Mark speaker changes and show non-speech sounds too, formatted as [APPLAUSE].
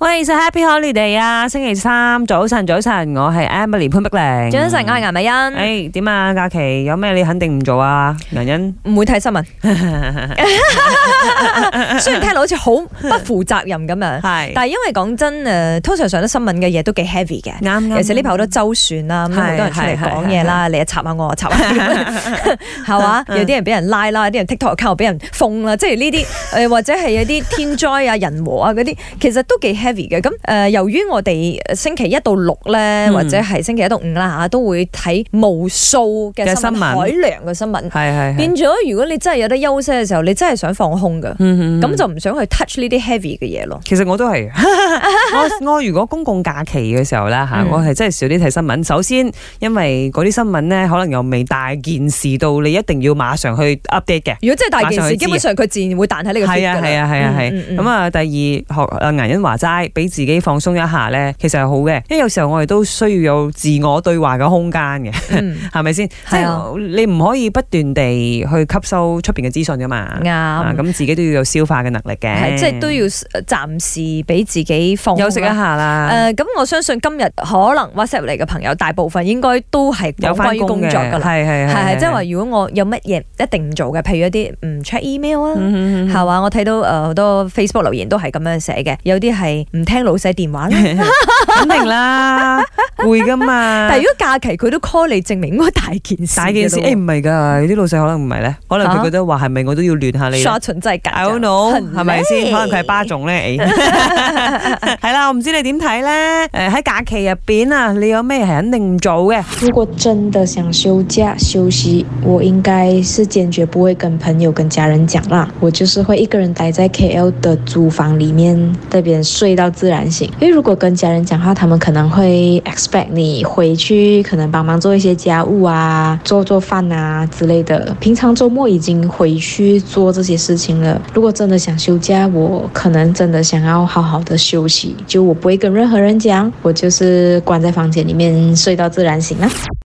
Speaker 1: 喂，食 Happy Holiday 啊！星期三早晨，早晨，我係 Emily 潘碧玲。
Speaker 2: 早晨，我係顏美欣，
Speaker 1: 誒點啊？假期有咩你肯定唔做啊？人
Speaker 2: [LAUGHS]
Speaker 1: 人
Speaker 2: [LAUGHS] 唔會睇新聞，雖然聽落好似好不負責任咁
Speaker 1: [LAUGHS]
Speaker 2: 樣，
Speaker 1: 係
Speaker 2: 但係因為講真誒，通常上得新聞嘅嘢都幾 heavy 嘅。
Speaker 1: 啱啱。
Speaker 2: 尤
Speaker 1: [LAUGHS]
Speaker 2: 其是呢排好多周旋啦，咁
Speaker 1: 嗯係
Speaker 2: 好多人出嚟講嘢啦，你又插下我， [LAUGHS] 我插下
Speaker 1: [LAUGHS]
Speaker 2: 你，係嘛？
Speaker 1: 嗯
Speaker 2: 有啲人俾人拉啦，有啲人 TikTok account 俾人封啦，即係呢啲 [LAUGHS] 誒或者係有啲天災啊、人禍啊嗰啲，其實都幾 heavy 嘅。咁誒、呃由於我哋星期一到六咧，
Speaker 1: 嗯
Speaker 2: 或者係星期一到五啦嚇，都會睇無數嘅
Speaker 1: 嘅
Speaker 2: 新聞，
Speaker 1: 新聞
Speaker 2: 海量嘅新
Speaker 1: 係
Speaker 2: 聞。
Speaker 1: 係
Speaker 2: 變
Speaker 1: 係。
Speaker 2: 咗，如果你真係有得休息嘅時候，你真係想放空噶，咁、
Speaker 1: 嗯嗯嗯
Speaker 2: 就唔想去 touch 呢啲 heavy 嘅嘢咯。
Speaker 1: 其實 [LAUGHS] 我都係，我我如果公共假期嘅時候啦嚇，
Speaker 2: 嗯
Speaker 1: 我係真係少啲睇新聞。首先，因為嗰啲新聞咧，可能又未大件事到你一定要馬上去 update 嘅。
Speaker 2: 如果真係大件
Speaker 1: 馬上去
Speaker 2: 事，
Speaker 1: 知
Speaker 2: 基本上佢自然會彈喺你個 feed
Speaker 1: 係啊
Speaker 2: 㗎啦
Speaker 1: 係啊係啊
Speaker 2: 嗯
Speaker 1: 係。
Speaker 2: 嗯
Speaker 1: 咁啊，第二學阿顏欣華齋，俾自己放鬆一下咧，其實係好嘅，因為有時候我哋都需要有自我對話嘅空間嘅，
Speaker 2: [LAUGHS] 嗯嗯
Speaker 1: 係咪先？即
Speaker 2: 係啊
Speaker 1: 係你唔可以不斷地去吸收出邊嘅資訊噶嘛。啊
Speaker 2: 啱，
Speaker 1: 咁自己都要有消化嘅能力嘅，
Speaker 2: 係即係都要呃暫時俾自己放啊空
Speaker 1: 休
Speaker 2: 啦
Speaker 1: 息一。下啦。
Speaker 2: 誒咁，我相信今日可能 WhatsApp 嚟嘅朋友，大部分應該都係
Speaker 1: 有
Speaker 2: 講關
Speaker 1: 翻
Speaker 2: 於工
Speaker 1: 嘅
Speaker 2: 作㗎啦。
Speaker 1: 係係
Speaker 2: 係
Speaker 1: 係
Speaker 2: 係，
Speaker 1: [LAUGHS]
Speaker 2: 即係話如果我有乜嘢一定唔做嘅，譬如一啲唔 check email 啊。
Speaker 1: 嗯嗯嗯
Speaker 2: 係嘛？我睇到誒呃好、多 Facebook 留言都係咁樣寫嘅，有啲係唔聽老細電話 [LAUGHS] 啦。
Speaker 1: 肯定啦，會噶
Speaker 2: [LAUGHS]
Speaker 1: 嘛。
Speaker 2: 但係如果假期佢都 call 你證明，應該大件事嘅咯。哎啊
Speaker 1: 大件事，誒唔係㗎，有啲老細可能唔係咧，可能佢覺得話係咪我都要亂下你呢
Speaker 2: short 真係緊
Speaker 1: I don't
Speaker 2: 張
Speaker 1: know，
Speaker 2: 很
Speaker 1: 係咪
Speaker 2: 累
Speaker 1: 先？可能佢係巴
Speaker 2: [LAUGHS]
Speaker 1: 總咧，誒係啦，我唔知你點睇咧。誒喺假期入邊啊，你有咩係肯定唔做嘅？
Speaker 3: 如果真的想休假休息，我应该是坚决不会跟朋友跟家人讲啦。我就是会一个人待在 KL 的租房里面那边睡到自然醒。因为如果跟家人讲话，他们可能会 expect 你回去，可能帮忙做一些家务啊，做做饭啊之类的。平常周末已经回去做这些事情了。如果真的想休假，我可能真的想要好好的休息，就我不会跟任何人讲，我就是关在房间里面睡到自然醒啦。